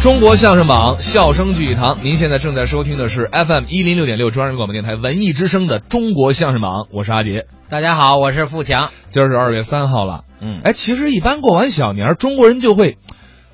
中国相声榜，笑声聚一堂。您现在正在收听的是 FM 一零六点六中央人民广播电台文艺之声的《中国相声榜》，我是阿杰。大家好，我是富强。今儿是二月三号了，嗯，哎，其实一般过完小年儿，中国人就会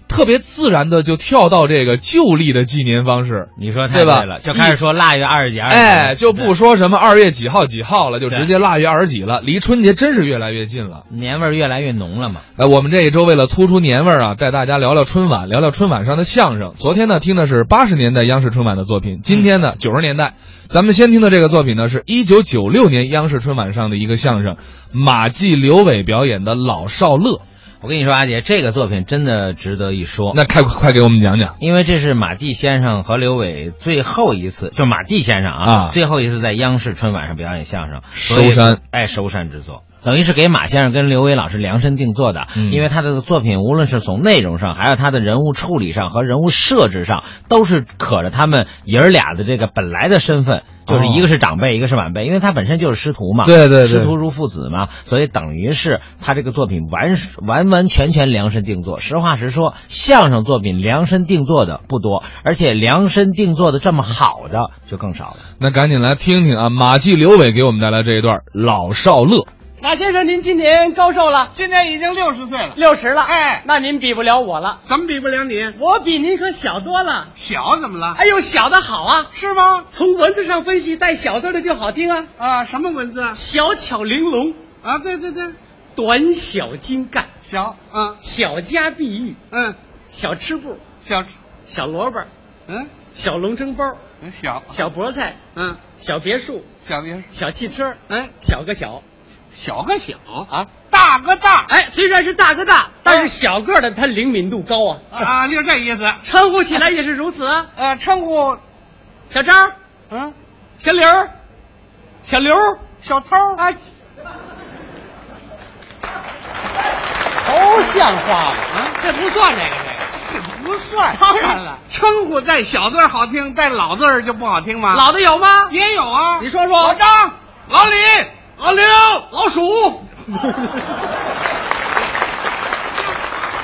特别自然的就跳到这个旧历的纪年方式，你说太对吧了，就开始说腊月二十几，二十几哎，就不说什么二月几号几号了，就对直接腊月二十几了，离春节真是越来越近了。年味儿越来越浓了嘛。哎，我们这一周为了突出年味儿啊，带大家聊聊春晚，聊聊春晚上的相声。昨天呢听的是八十年代央视春晚的作品，今天呢九十年代，咱们先听的这个作品呢是一九九六年央视春晚上的一个相声，马季、刘伟表演的《老少乐》。我跟你说，阿姐，这个作品真的值得一说，那快快给我们讲讲。因为这是马季先生和刘伟最后一次，就马季先生啊，啊最后一次在央视春晚上表演相声，收所以山，哎，收山之作。等于是给马先生跟刘伟老师量身定做的，嗯因为他的作品无论是从内容上，还有他的人物处理上和人物设置上，都是可着他们爷儿俩的这个本来的身份，就是哦一个是长辈，一个是晚辈，因为他本身就是师徒嘛，对对对师徒如父子嘛，所以等于是他这个作品完完完全全量身定做。实话实说，相声作品量身定做的不多，而且量身定做的这么好的就更少了。那赶紧来听听啊，马季、刘伟给我们带来这一段《老少乐》。马先生，您今年高寿了？今年已经六十岁了，六十了。哎那您比不了我了，怎么比不了你？我比您可小多了。小怎么了？哎呦，小的好啊！是吗？从文字上分析，带“小”字的就好听啊。啊，什么文字啊？小巧玲珑，啊，对对对，短小精干，小，嗯小家碧玉，嗯，小吃部，小，小萝卜，嗯，小笼蒸包，小，小菠菜，嗯，小别墅，小别，小汽车，哎，小个小小个小，啊。大个大，哎，虽然是大哥大，但哎是小个儿的他灵敏度高啊，啊，就这意思。称呼起来也是如此啊。呃，称呼，小张，嗯，小刘，小刘。小偷，啊，不像话吗？啊，这不算这个这这不算。当然了称呼带小字儿好听，带老字儿就不好听个，吗？老的有吗？也有啊。你说说老张、老李、老刘，老鼠，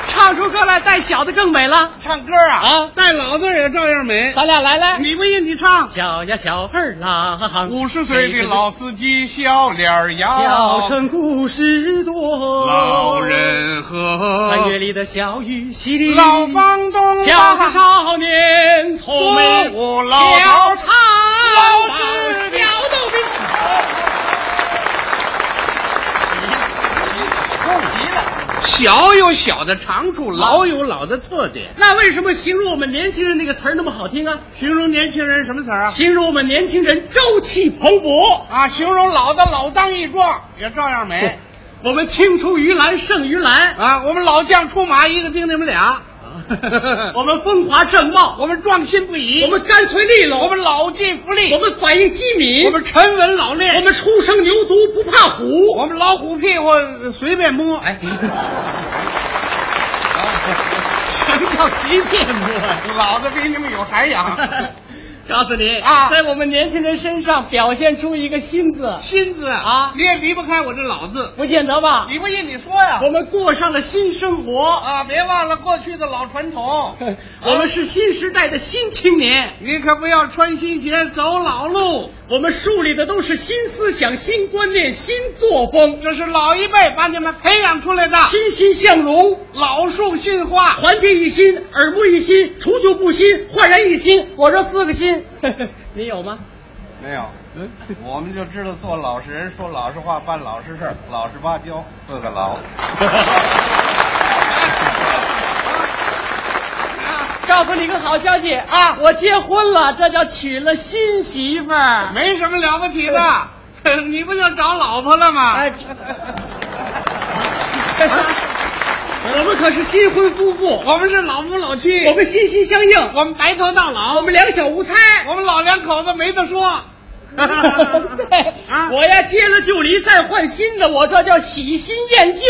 唱出歌来带小的更美了。唱歌啊，啊带老字儿也照样美。咱俩来来，你不信你唱。小呀小二郎，五十岁的哎老司机笑脸小摇，城故事多，老人和三月里的小雨淅沥，老房东小子少年聪四明，五老小头长老毛子的小豆兵。小有小的长处，老有老的特点。那为什么形容我们年轻人那个词儿那么好听啊？形容年轻人什么词儿啊？形容我们年轻人朝气蓬勃，啊，形容老的老当益壮也照样美我们青出于蓝胜于蓝，啊。我们老将出马，一个顶你们俩。 我们风华正茂，嗯我们壮心不已，我们干脆利落，我们老骥伏枥，我们反应机敏，我们沉稳老练，我们初生牛犊不怕虎。我们老虎屁股呃随便摸。 哎，什么叫随便摸？老子比你们有涵养， 告诉你啊在我们年轻人身上表现出一个“新”字，心字啊你也离不开我这老字。不见得吧？你不信你说呀？我们过上了新生活。。啊，别忘了过去的老传统 啊我们是新时代的新青年，你可不要穿新鞋走老路，我们树立的都是新思想、新观念、新作风，这是老一辈把你们培养出来的。欣欣向荣，老树训 话，团结一心，耳目一新，除旧布新，焕然一新。我这四个 新，你有吗？没有，嗯， 我们就知道做老实人，说老实话，办老实事儿，老实巴交，四 个老。啊告诉你个好消息啊，我结婚了，这叫娶了新媳妇儿。没什么了不起 的，你不就找老婆了吗？ 哎，我们可是新婚夫妇，我们是老夫老妻，我们心心相印，我们白头到老，我们两小无猜。我们老两口子没得说。 对，啊，我呀接了旧离，再换新的，我这叫喜新厌旧。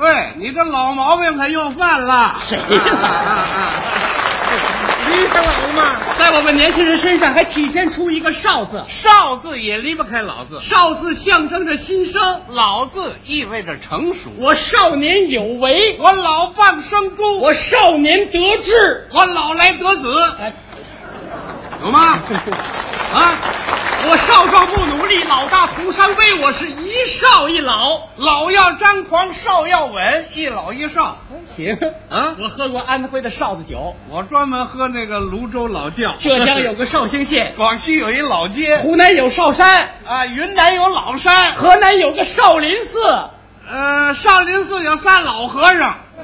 对你这老毛病可又犯了。谁啊啊啊离开老嘛，在我们年轻人身上还体现出一个少字，少字也离不开老字，少字象征着新生，老字意味着成熟。我少年有为，我老蚌生珠，我少年得志，我老来得子，哎懂吗？啊，我少壮不努力，老大徒伤悲，我是一少一老。老要张狂，少要稳，一老一少。行啊我喝过安徽的哨子酒，我专门喝那个泸州老窖，浙江有个绍兴县， 广西有一老街，湖南有韶山，啊，云南有老山， 河南有个少林寺。呃，少林寺有仨老和尚，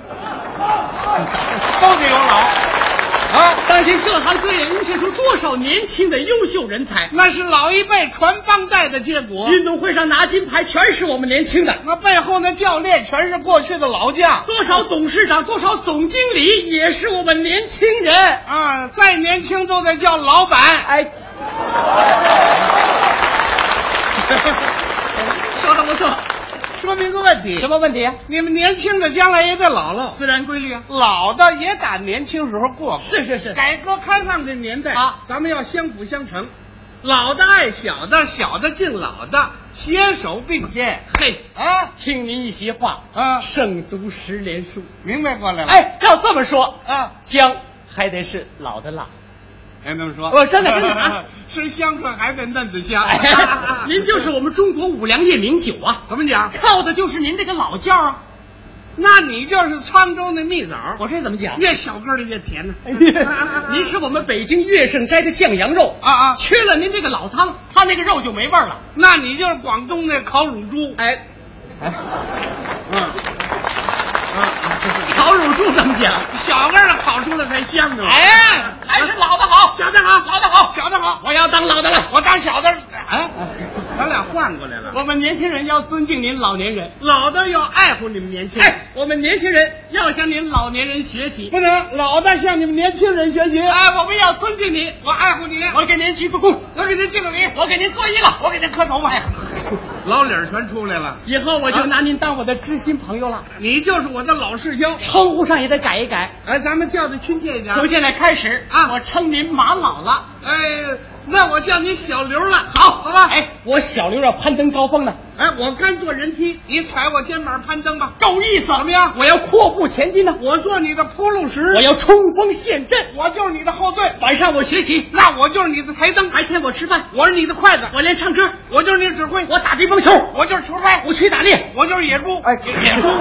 都得有老啊，当今各行各业涌现出多少年轻的优秀人才？那是老一辈传帮带的结果。运动会上拿金牌全是我们年轻的，那背后那教练全是过去的老将多少董事长，多少总经理也是我们年轻人。啊，再年轻都得叫老板。 哎，说的不错。说明个问题，什么问题？啊你们年轻的将来也得老了，自然规律啊。老的也打年轻时候过过。是是是，改革开放这年代啊咱们要相辅相成，老的爱小的，小的敬老的，携手并肩嘿，啊听您一席话，啊胜读十年书。明白过来了。哎，要这么说，啊，姜还得是老的辣。别那么说，我真的真的 啊吃香椿还得嫩子香。 哎， 您就是我们中国五粮液名酒啊，怎么讲？靠的就是您这个老窖啊。那你就是沧州那蜜枣，我这怎么讲？哎越小个儿的越甜啊呢、 您是我们北京乐盛斋的酱羊肉 啊啊缺了您这个老汤，它那个肉就没味儿了。那你就是广东那烤乳猪。哎，嗯，嗯，烤乳猪怎么讲？小个儿的烤出来才香啊呢。哎，还是老的好，小的好，老的好，小的好，我要当老的了。我当小的。哎，咱俩换过来了。我们年轻人要尊敬您老年人，老的要爱护你们年轻人，哎，我们年轻人要向您老年人学习。不能老的向你们年轻人学习。哎，我们要尊敬您，我爱护你，我给您鞠个躬，我给您敬个礼，我给您作揖了，我给您磕头吧。老脸儿全出来了，以后我啊就拿您当我的知心朋友了，你就是我的老师兄。称呼上也得改一改。哎，咱们叫的亲切一点。从现在开始啊我称您马老了。哎，那我叫你小刘了，好，好吧。哎，我小刘要攀登高峰呢，哎，我甘做人梯，你踩我肩膀攀登吧。够意思。怎么样？我要阔步前进呢，我做你的铺路石，我要冲锋陷阵。我就是你的后盾，晚上我学习，那我就是你的台灯。白天我吃饭，我是你的筷子，我练唱歌，我就是你的指挥，我打乒乓球，我就是球拍，我去打猎。我就是野猪。哎野野猪，